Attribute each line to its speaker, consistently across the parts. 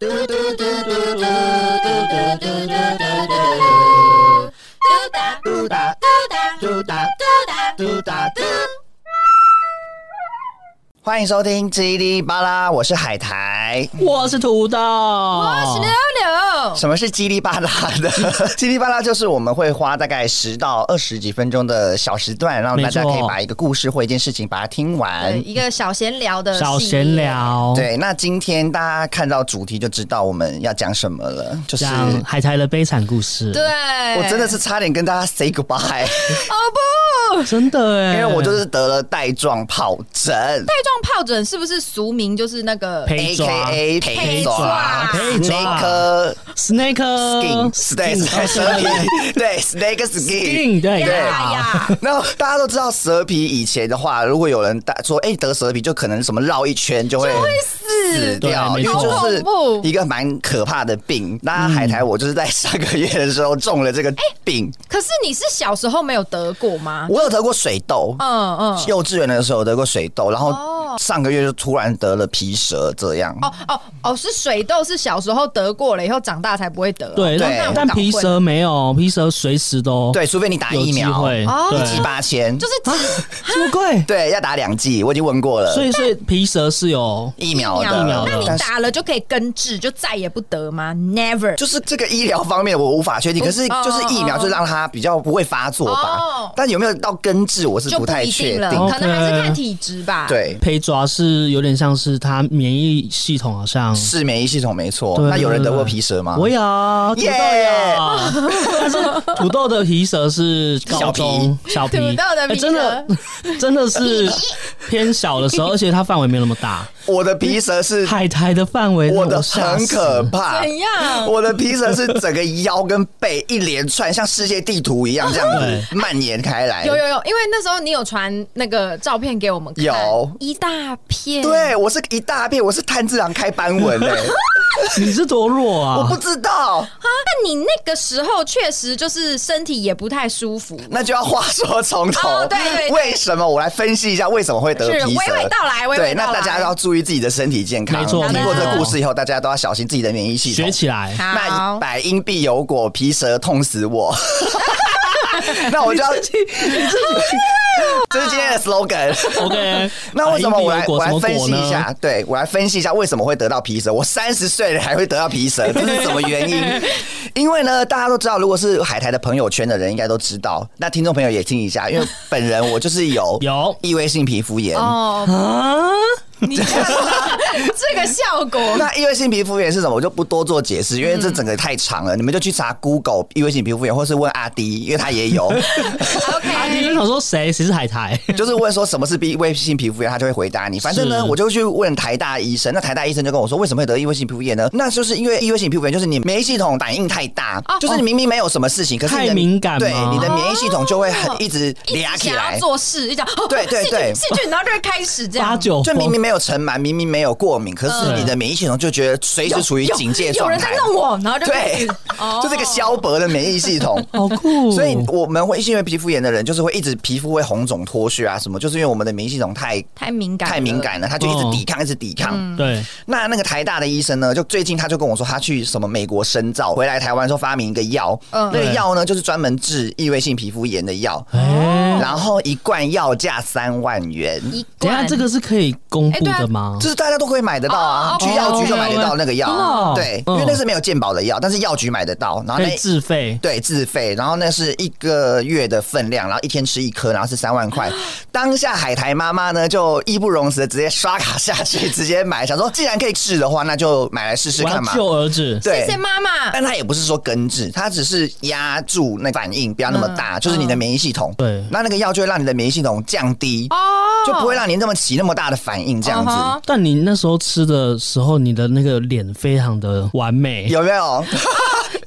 Speaker 1: 嘟嘟嘟嘟嘟嘟嘟嘟嘟嘟嘟哒嘟哒嘟哒嘟哒嘟哒嘟哒嘟。
Speaker 2: 欢迎收听叽里巴拉，我是海苔。
Speaker 3: 我是土豆，
Speaker 1: 我是六六，
Speaker 2: 什么是叽里巴拉的？ 叽里巴拉就是我们会花大概十到二十几分钟的小时段，让大家
Speaker 3: 没
Speaker 2: 可
Speaker 3: 错
Speaker 2: 以把一个故事或一件事情把它听完
Speaker 1: 对，。一个小闲聊的
Speaker 3: 小
Speaker 1: 系列
Speaker 3: 闲。聊，
Speaker 2: 对，那今天大家看到主题就知道我们要讲什么了，就是
Speaker 3: 讲海苔的悲惨故事，
Speaker 1: 对，，
Speaker 2: 我
Speaker 1: 我
Speaker 2: 真的是差点跟大家 say goodbye，
Speaker 1: 哦不，
Speaker 3: 真的
Speaker 2: 因
Speaker 3: 哎，
Speaker 2: 为我就是得了带状疱疹
Speaker 1: 带状疱疹是不是俗名就是那个？
Speaker 3: 陪
Speaker 2: ，A
Speaker 3: 抓
Speaker 2: K A
Speaker 1: 陪
Speaker 2: 陪
Speaker 1: 抓
Speaker 2: 抓
Speaker 3: 陪抓
Speaker 2: snake
Speaker 3: snake 哦
Speaker 2: skin，对， 蛇皮，对，snake skin。
Speaker 3: skin 对
Speaker 1: 呀
Speaker 3: 呀，
Speaker 1: 呀，
Speaker 2: 那大家都知道蛇皮以前的话，如果有人打说哎、得蛇皮，就可能什么绕一圈就会死掉，
Speaker 3: 对没
Speaker 2: 因为
Speaker 3: 错
Speaker 1: 好
Speaker 2: 就
Speaker 1: 恐怖
Speaker 2: 是一个蛮可怕的病。那海苔我就是在上个月的时候中了这个病，
Speaker 1: 可是你是小时候没有得过吗？
Speaker 2: 我有得过水痘。
Speaker 1: 嗯嗯。
Speaker 2: 幼稚园的时候有得过水痘，然
Speaker 1: 哦
Speaker 2: 后上个月就突然得了皮蛇，这样。
Speaker 1: 哦哦哦，是水痘，是小时候得过了，以后长大才不会得哦。
Speaker 3: 对，
Speaker 2: 对
Speaker 3: 但但皮蛇没有，皮蛇随时都
Speaker 2: 对，除非你打
Speaker 3: 哦有
Speaker 2: 疫
Speaker 3: 机
Speaker 2: 苗，
Speaker 3: 会，
Speaker 1: 哦
Speaker 2: 一剂
Speaker 3: 对，
Speaker 2: 八千，
Speaker 1: 就是只
Speaker 3: 这么贵，
Speaker 2: 对，要打两剂，我已经问过了。
Speaker 3: 所以所以皮蛇是有
Speaker 2: 疫苗啊的，
Speaker 3: 疫苗的
Speaker 1: 那你
Speaker 2: 但是
Speaker 1: 打了就可以根治，就再也不得吗？Never。
Speaker 2: 就是这个医疗方面我无法确定，可是就是疫苗就让它比较不会发作
Speaker 1: 哦
Speaker 2: 吧。但有没有到根治，我是
Speaker 1: 就
Speaker 2: 不太
Speaker 1: 一
Speaker 2: 确
Speaker 1: 定了，
Speaker 3: 哦
Speaker 2: 定。
Speaker 1: 可能还是
Speaker 3: OK
Speaker 1: 看体质吧。，
Speaker 2: 对，
Speaker 3: 陪抓是有点像是它免疫系统好像
Speaker 2: 是免疫系统没错。
Speaker 3: 对
Speaker 2: 那有人得过皮蛇吗？
Speaker 3: 我有土豆
Speaker 2: 耶
Speaker 3: 有，但是土豆的皮蛇是高中小皮，
Speaker 1: 土豆的皮
Speaker 3: 哎真的 真的是偏小的时候，而且它范围没有那么 大。
Speaker 2: 我的皮蛇是
Speaker 3: 海苔的范围让
Speaker 2: 我的
Speaker 3: 哎吓
Speaker 2: 很
Speaker 3: 死
Speaker 2: 可怕。
Speaker 1: 怎样？
Speaker 2: 我的皮蛇是整个腰跟背一连串，像世界地图一样这样子
Speaker 3: 对
Speaker 2: 蔓延开来。
Speaker 1: 有有有，因为那时候你有传那个照片给我们看，
Speaker 2: 有
Speaker 1: 一大片，
Speaker 2: 对，我是一大片，我是炭治郎开斑纹嘞、
Speaker 3: 你是多弱
Speaker 2: 我不
Speaker 3: 啊！
Speaker 2: 知道，
Speaker 1: 啊，但你那个时候确实就是身体也不太舒服，
Speaker 2: 那就要话说从头。
Speaker 1: 哦对对对
Speaker 2: 为什么我来分析一下为什么会得
Speaker 1: 是
Speaker 2: 皮
Speaker 1: 娓
Speaker 2: 蛇？
Speaker 1: 娓道来，娓
Speaker 2: 对，
Speaker 1: 娓
Speaker 2: 那
Speaker 1: 道来。
Speaker 2: 大家要注意自己的身体健康。
Speaker 3: 没错
Speaker 2: 听过
Speaker 1: 没
Speaker 2: 这
Speaker 1: 错
Speaker 2: 个故事以后，大家都要小心自己的免疫系统。
Speaker 3: 学起 来，
Speaker 2: 那
Speaker 1: 好，
Speaker 2: 百因必有果，皮蛇痛死 我。 那我就要， 这是今天的 slogan。。
Speaker 3: OK
Speaker 2: 那为什么我来
Speaker 3: 果
Speaker 2: 我
Speaker 3: 什
Speaker 2: 来
Speaker 3: 么
Speaker 2: 分
Speaker 3: 果
Speaker 2: 析一
Speaker 3: 呢？
Speaker 2: 下？对我来分析一下为什么会得到皮蛇。我三十岁了还会得到皮 蛇，这是什么原因？因为呢，大家都知道，如果是海苔的朋友圈的人，应该都知道。那听众朋友也听一下，因为本人我就是有
Speaker 3: 有
Speaker 2: 异位性皮肤炎。
Speaker 1: 哦，
Speaker 3: 啊，
Speaker 1: 你看吧这个效 果，
Speaker 2: 那异位性皮肤炎是什么？我就不多做解释，因为这整个太长了。你们就去查 Google 异位性皮肤炎，或是问阿迪，因为他也有，
Speaker 3: 阿迪就想说谁谁是海苔？
Speaker 2: 就是问说什么是异位性皮肤炎，他就会回答你。反正呢，
Speaker 3: 是
Speaker 2: 我就去问台大医生，那台大医生就跟我说，为什么会得异位性皮肤炎呢？那就是因为异位性皮肤炎就是你免疫系统反应太大，
Speaker 1: 哦
Speaker 2: 就是你明明没有什么事情，可是你的
Speaker 3: 太敏感吗
Speaker 2: 对你的免疫系统就会很
Speaker 1: 哦
Speaker 2: 一直
Speaker 1: 一
Speaker 2: 俩
Speaker 1: 直
Speaker 2: 起
Speaker 1: 想
Speaker 2: 来
Speaker 1: 要。做事，一讲哦
Speaker 2: 对对
Speaker 1: 细菌
Speaker 2: 对
Speaker 1: 细菌，然后就会开始这样，
Speaker 3: 八九
Speaker 2: 就明
Speaker 3: 风
Speaker 2: 明没有尘螨，明明没有过敏，可是
Speaker 3: 嗯
Speaker 2: 你的免疫系统就觉得随时处于
Speaker 1: 有
Speaker 2: 警戒
Speaker 1: 有
Speaker 2: 状
Speaker 1: 人在
Speaker 2: 态。
Speaker 1: 弄我，然后就开
Speaker 2: 对
Speaker 1: 始，哦
Speaker 2: 就这个消薄的免疫系统。
Speaker 3: 好酷，
Speaker 2: 所以我们会因为皮肤炎的人，就是会一直皮肤会红肿、脱屑啊什么，就是因为我们的免疫系统太
Speaker 1: 太敏感，
Speaker 2: 太敏。感了，他就一
Speaker 3: 嗯
Speaker 2: 直抵抗，一直抵抗。
Speaker 3: 对
Speaker 2: 那那个台大的医生呢，就最近他就跟我说，他去什么美国深造，回来台湾的时候发明一个药，
Speaker 1: 嗯
Speaker 2: 那个药呢就是专门治异位性皮肤炎的药，
Speaker 3: 哎，
Speaker 1: 哦
Speaker 2: 然后一罐药价三万元。
Speaker 1: 一
Speaker 3: 等一下
Speaker 1: 罐
Speaker 3: 这个是可以公
Speaker 1: 哎
Speaker 3: 布
Speaker 1: 对啊
Speaker 3: 的吗？
Speaker 2: 就是大家都可以买得到啊
Speaker 1: 哦，
Speaker 2: 去药局就买得到那个
Speaker 3: 真的
Speaker 2: 药
Speaker 3: 哦，
Speaker 2: 对，因
Speaker 3: 嗯
Speaker 2: 为那是没有健保的药，但是药局买得到，然后
Speaker 3: 可
Speaker 2: 那
Speaker 3: 以自费，
Speaker 2: 对，自费，然后那是一个月的分量，然后一天吃一颗，然后是三万块。 当下海苔妈妈呢就义不容辞的直接刷卡下去，直接买，想说既然可以治的话，那就买来试试
Speaker 3: 我要
Speaker 2: 看嘛。
Speaker 3: 救儿子。
Speaker 1: 谢
Speaker 2: 对
Speaker 1: 谢。妈妈，
Speaker 2: 但它也不是说根治，它只是压住那反应，不要那么
Speaker 1: 嗯
Speaker 2: 大，就是你的免疫系统。
Speaker 3: 对
Speaker 2: 那那个药就会让你的免疫系统降低，
Speaker 1: 哦，
Speaker 2: 就不会让你那么起那么大的反应这样子。
Speaker 1: 嗯哼
Speaker 3: 但你那时候吃的时候，你的那个脸非常的完美，
Speaker 2: 有没有？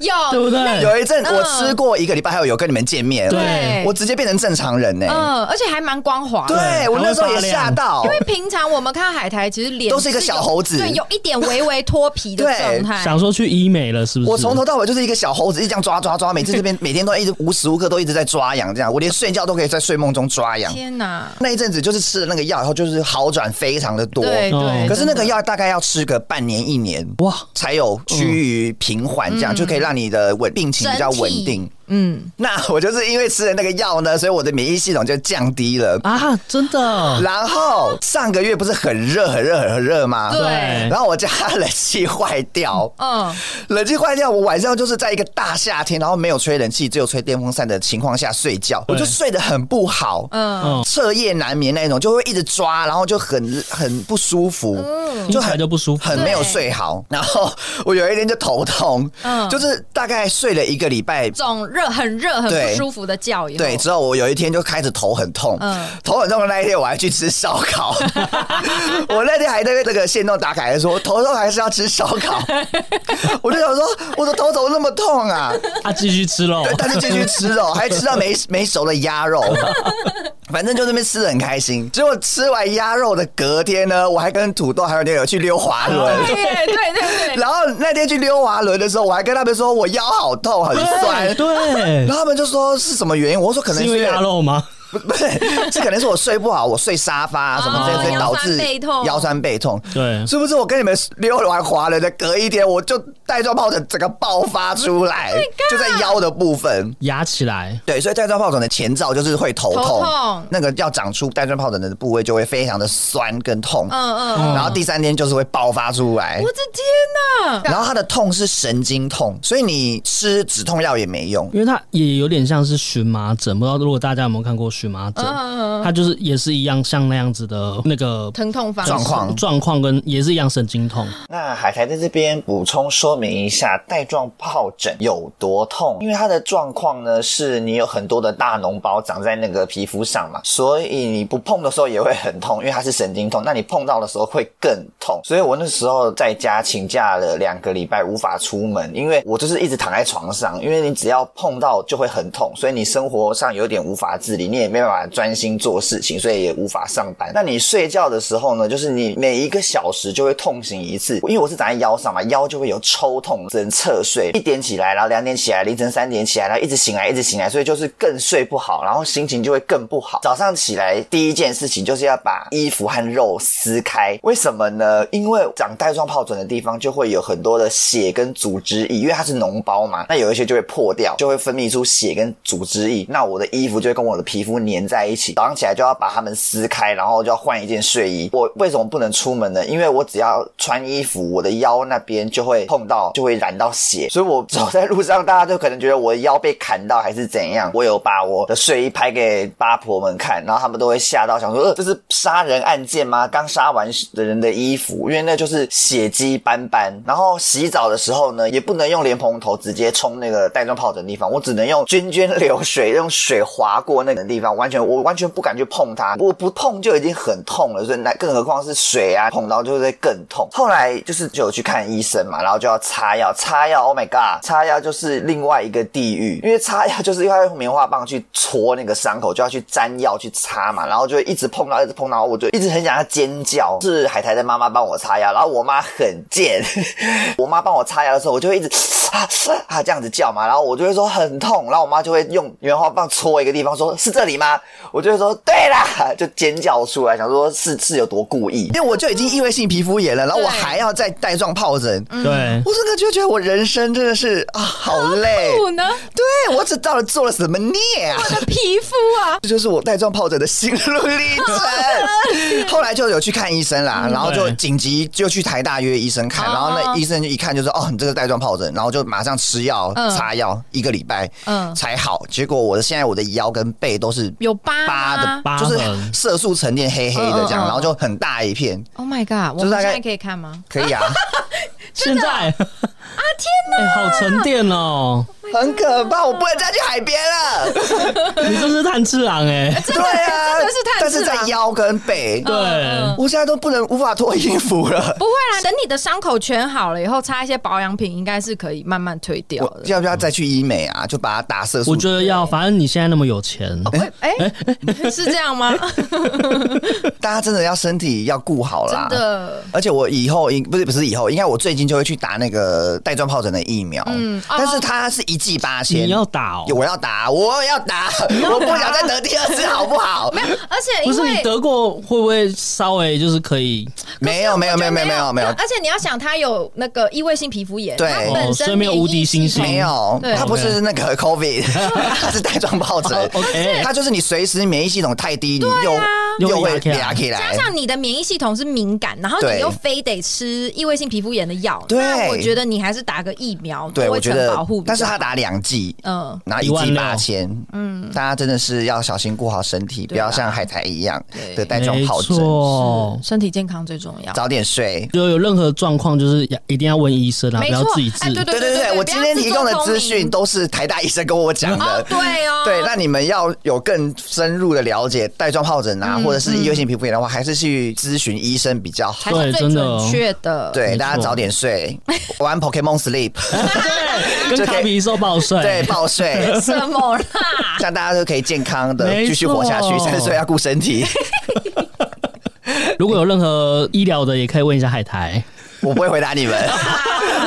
Speaker 1: 有
Speaker 3: 对不对？
Speaker 2: 有一阵
Speaker 1: 嗯
Speaker 2: 我吃过一个礼拜，还有有跟你们见面，
Speaker 3: 对
Speaker 2: 我直接变成正常人呢、
Speaker 1: 嗯，而且还蛮光滑的。
Speaker 2: 对我那时候也吓到
Speaker 1: 因，为平常我们看到海苔，其实脸
Speaker 2: 都是一个
Speaker 1: 有
Speaker 2: 小猴子
Speaker 1: 对，有一点微微脱皮的
Speaker 2: 对
Speaker 1: 状态。
Speaker 3: 想说去医美了，是不是？
Speaker 2: 我从头到尾就是一个小猴子，一直这样抓抓抓，每次这 边每天都一直无时无刻都一直在抓痒，这样我连睡觉都可以在睡梦中抓痒。
Speaker 1: 天哪！
Speaker 2: 那一阵子就是吃了那个药，然后就是好转非常的多。
Speaker 1: 对对，
Speaker 3: 哦
Speaker 2: 可是那个
Speaker 1: 真的
Speaker 2: 药大概要吃个半年一年
Speaker 3: 哇，
Speaker 2: 才有趋于平缓，这样、就可以让你的稳病情比较稳
Speaker 1: 整
Speaker 2: 定
Speaker 1: 体。嗯，
Speaker 2: 那我就是因为吃了那个药呢，所以我的免疫系统就降低了。
Speaker 3: 啊，真的，
Speaker 2: 然后上个月不是很热很热很热吗？
Speaker 1: 对
Speaker 3: 对，
Speaker 2: 然后我家冷气坏掉，
Speaker 1: 嗯，
Speaker 2: 冷气坏掉，我晚上就是在一个大夏天，然后没有吹冷气，只有吹电风扇的情况下睡觉，我就
Speaker 3: 对
Speaker 2: 睡得很不好，
Speaker 1: 嗯
Speaker 3: 嗯，
Speaker 2: 彻夜难眠那一种，就会一直抓，然后就很很不舒服，
Speaker 1: 嗯
Speaker 3: 听起来就不舒服
Speaker 2: 很没有睡好。然后我有一天就头痛，
Speaker 1: 嗯
Speaker 2: 就是大概睡了一个礼拜。
Speaker 1: 总热很热很
Speaker 2: 对
Speaker 1: 不舒服的觉以后，
Speaker 2: 对，之后我有一天就开始头很痛，
Speaker 1: 嗯
Speaker 2: 头很痛的那一天，我还去吃烧烤。 我那天还在那个线动打卡，还说头痛还是要吃烧 烤。我就想说，我的头怎么那么痛啊？
Speaker 3: 啊，继续吃 喽。
Speaker 2: 但是继续吃哦，还吃到没没熟的鸭 肉，反正就那边吃的很开心。结果吃完鸭肉的隔天呢，我还跟土豆还有那个去溜滑轮。
Speaker 3: 哦
Speaker 1: 对对对对，
Speaker 2: 然后那天去溜滑轮的时候，我还跟他们说我腰好痛，很 酸。
Speaker 3: 对
Speaker 2: 然，后他们就说是什么原因？我说可能
Speaker 3: 哎是因为鸭肉吗？
Speaker 2: 不不是，这可能是我睡不好，我睡沙发、啊、什么
Speaker 1: 哦
Speaker 2: 这些
Speaker 1: 腰
Speaker 2: 导
Speaker 1: 酸
Speaker 2: 致
Speaker 1: 背痛
Speaker 2: 腰酸背痛。
Speaker 3: 对
Speaker 2: 是不是我跟你们溜完滑轮的隔一天，我就带状疱疹整个爆发出来，
Speaker 1: Oh
Speaker 2: 就在腰的部分。
Speaker 3: 压起来，
Speaker 2: 对，所以带状疱疹的前兆就是会头痛，
Speaker 1: 头痛
Speaker 2: 那个要长出带状疱疹的部位就会非常的酸跟痛，
Speaker 1: 嗯嗯，
Speaker 2: 然后第三天就是会爆发出来
Speaker 1: 我。的天哪！
Speaker 2: 然后它的痛是神经痛，所以你吃止痛药也没用。
Speaker 3: 因为它也有点像是荨麻疹，不知道如果大家有没有看过荨麻疹，
Speaker 1: 嗯嗯嗯，
Speaker 3: 它就是也是一样像那样子的那个
Speaker 1: 疼痛方
Speaker 2: 状况
Speaker 3: 状况跟也是一样神经痛。
Speaker 2: 那海苔在这边补充说明一下，带状疱疹有多痛？因为它的状况呢，是你有很多的大脓包长在那个皮肤上嘛，所以你不碰的时候也会很痛，因为它是神经痛。那你碰到的时候会更痛。所以我那时候在家请假了两个礼拜，无法出门，因为我就是一直躺在床上，因为你只要碰到就会很痛，所以你生活上有点无法自理，你也没办法专心做事情，所以也无法上班。那你睡觉的时候呢，就是你每一个小时就会痛醒一次，因为我是长在腰上嘛，腰就会有抽痛，只能侧睡。一点起来，然后两点起来，凌晨三点起来，然后一直醒来，一直醒来，所以就是更睡不好，然后心情就会更不好。早上起来第一件事情就是要把衣服和肉撕开，为什么呢？因为长带状疱疹的地方就会有很多的血跟组织液，因为它是脓包嘛，那有一些就会破掉，就会分泌出血跟组织液，那我的衣服就会跟我的皮肤粘在一起。早上起来就要把它们撕开，然后就要换一件睡衣。我为什么不能出门呢？因为我只要穿衣服，我的腰那边就会碰到，就会染到血，所以我走在路上，大家就可能觉得我的腰被砍到还是怎样。我有把我的睡衣拍给八婆们看，然后他们都会吓到，想说呃这是杀人案件吗？刚杀完的人的衣服，因为那就是血迹斑斑。然后洗澡的时候呢，也不能用莲蓬头直接冲那个带状疱疹的地方，我只能用涓涓流水，用水划过那个地方，完全我完全不敢去碰它，我不碰就已经很痛了，所以那更何况是水啊，碰到就会更痛。后来就是就有去看医生嘛，然后就要擦药，擦药，Oh my god，擦药就是另外一个地狱，因为擦药就是要用棉花棒去戳那个伤口，就要去沾药去擦嘛，然后就会一直碰到，一直碰到，我就一直很想要尖叫。是海苔的妈妈帮我擦药，然后我妈很贱， 我妈帮我擦牙的时候，我就会一直啊啊这样子叫嘛，然后我就会说很痛，然后我妈就会用棉花棒戳一个地方，说是这里吗？我就会说对啦，就尖叫出来，想说是是有多故意，因为我就已经异位性皮肤炎了，然啊后我
Speaker 1: 对嗯
Speaker 2: 还要再带状疱疹，
Speaker 3: 对，
Speaker 2: 我真的就觉得我人生真的是啊好累，
Speaker 1: 不哦呢，
Speaker 2: 对我只到底做了什么孽啊？
Speaker 1: 我的皮肤啊，
Speaker 2: 这就是我带状疱疹的心路历 程。后来就有去看医生
Speaker 1: 嗯
Speaker 2: 啦，然后就
Speaker 3: 对
Speaker 2: 紧急就去台大约医生看，
Speaker 1: 哦
Speaker 2: 然后那医生就一看就说：“哦，你这个带状疱疹。”然后就马上吃药、
Speaker 1: 嗯
Speaker 2: 擦药，一个礼拜
Speaker 1: 嗯
Speaker 2: 才好。结果我的现在我的腰跟背都是
Speaker 1: 有疤
Speaker 2: 疤
Speaker 1: 吗
Speaker 2: 的，
Speaker 3: 疤
Speaker 2: 就是
Speaker 3: 痕
Speaker 2: 色素沉淀黑黑的这样，
Speaker 1: 嗯嗯嗯
Speaker 2: 然后就很大一片。
Speaker 1: Oh my god！我
Speaker 2: 就是
Speaker 1: 们
Speaker 2: 大
Speaker 1: 现
Speaker 2: 概
Speaker 1: 在可以看吗？
Speaker 2: 可以啊，
Speaker 3: 哎现在啊天哪，好沉淀哦，
Speaker 2: 很可怕，我不能再去海边了。
Speaker 3: 你这是炭治郎哎、
Speaker 2: 对啊，
Speaker 1: 真的是炭治郎
Speaker 2: 但是在腰跟背，
Speaker 3: 对，
Speaker 1: 嗯
Speaker 2: 我现在都不能无法脱衣服了。
Speaker 1: 不会啦，等你的伤口全好了以后，擦一些保养品，应该是可以慢慢退掉
Speaker 2: 我
Speaker 1: 的。
Speaker 2: 要不要再去医美啊？就把它打色素？
Speaker 3: 我觉得要，反正你现在那么有钱，
Speaker 1: 哎、是这样吗？
Speaker 2: 大家真的要身体要顾好啦
Speaker 1: 真。的，
Speaker 2: 而且我以后应不是不是以后，应该我最近就会去打那个带状疱疹的疫苗，
Speaker 1: 嗯哦
Speaker 2: 但是它是一剂八千，
Speaker 3: 你要打哦、
Speaker 2: 我要打，我要打，我不想再得第二次，好不好？
Speaker 1: 没有，而且
Speaker 3: 不
Speaker 1: 因
Speaker 3: 是你
Speaker 1: 为。
Speaker 3: 得过会不会稍微就是可以
Speaker 2: 没有没有没有没有没有没有
Speaker 1: 而且你要想，他有那个异位性皮肤炎，
Speaker 2: 对
Speaker 1: 他本身
Speaker 3: 哦所以没有无敌星星
Speaker 2: 没有，
Speaker 1: 对哦
Speaker 2: 它不是那个 COVID，它 是带状疱疹。
Speaker 3: ？OK，
Speaker 2: 它就是你随时免疫系统太低，你
Speaker 1: 啊
Speaker 2: 又
Speaker 3: 又
Speaker 2: 又
Speaker 3: 会
Speaker 2: 会
Speaker 3: 压起来
Speaker 2: 压起来
Speaker 1: 加。上你的免疫系统是敏感，然后
Speaker 2: 对
Speaker 1: 你又非得吃异位性皮肤炎的药，
Speaker 2: 对
Speaker 1: 那我觉得你还是打个疫苗，
Speaker 2: 对，
Speaker 1: 多
Speaker 2: 我
Speaker 1: 一
Speaker 2: 觉
Speaker 1: 层
Speaker 2: 得
Speaker 1: 保护，比较
Speaker 2: 但是
Speaker 1: 好。
Speaker 2: 他打两剂，
Speaker 1: 嗯，
Speaker 2: 然后一剂八千，嗯，大家真的是要小心顾好身体，不
Speaker 1: 对啊
Speaker 2: 要像海苔一样
Speaker 1: 对
Speaker 2: 得带状
Speaker 3: 没
Speaker 2: 疱疹，
Speaker 3: 错。
Speaker 1: 身体健康最重要。
Speaker 2: 早点睡。
Speaker 3: 就有任何状况，就是要一定要问医生啊，不
Speaker 1: 没
Speaker 3: 要
Speaker 1: 错，
Speaker 3: 自己治。
Speaker 1: 哎对
Speaker 2: 对
Speaker 1: 对
Speaker 2: 对对，
Speaker 1: 对，
Speaker 2: 我今天提供的资讯
Speaker 1: 都
Speaker 2: 都是台大医生跟我讲
Speaker 1: 哦
Speaker 2: 的，。
Speaker 1: 对哦，
Speaker 2: 对，那你们要有更深入的了解带状疱疹
Speaker 1: 嗯
Speaker 2: 啊，或者是异位性皮肤炎的话，还是去咨询医生比较好
Speaker 1: 才。是
Speaker 3: 对
Speaker 1: 最
Speaker 3: 真的哦
Speaker 1: 准确的。
Speaker 2: 对，
Speaker 3: 没错
Speaker 2: 大家早点 睡，玩 Pokemon Sleep，
Speaker 3: 跟卡比兽报税，
Speaker 2: 对，报 睡，
Speaker 1: 什么啦？
Speaker 2: 这样大家都可以健康的
Speaker 3: 没错
Speaker 2: 继续活下去。三十岁要顾身 体，
Speaker 3: 如果有任何医疗的，也可以问一下海苔，
Speaker 2: 我不会回答你 们，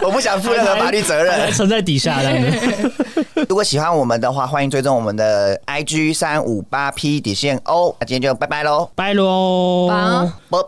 Speaker 2: 我不想负任何法律责任。
Speaker 3: 存在底下的。
Speaker 2: 如果喜欢我们的话，欢迎追踪我们的 IG 三五八 P 底线 O。那今天就拜拜喽，
Speaker 3: 拜喽。
Speaker 1: 好
Speaker 2: 啵。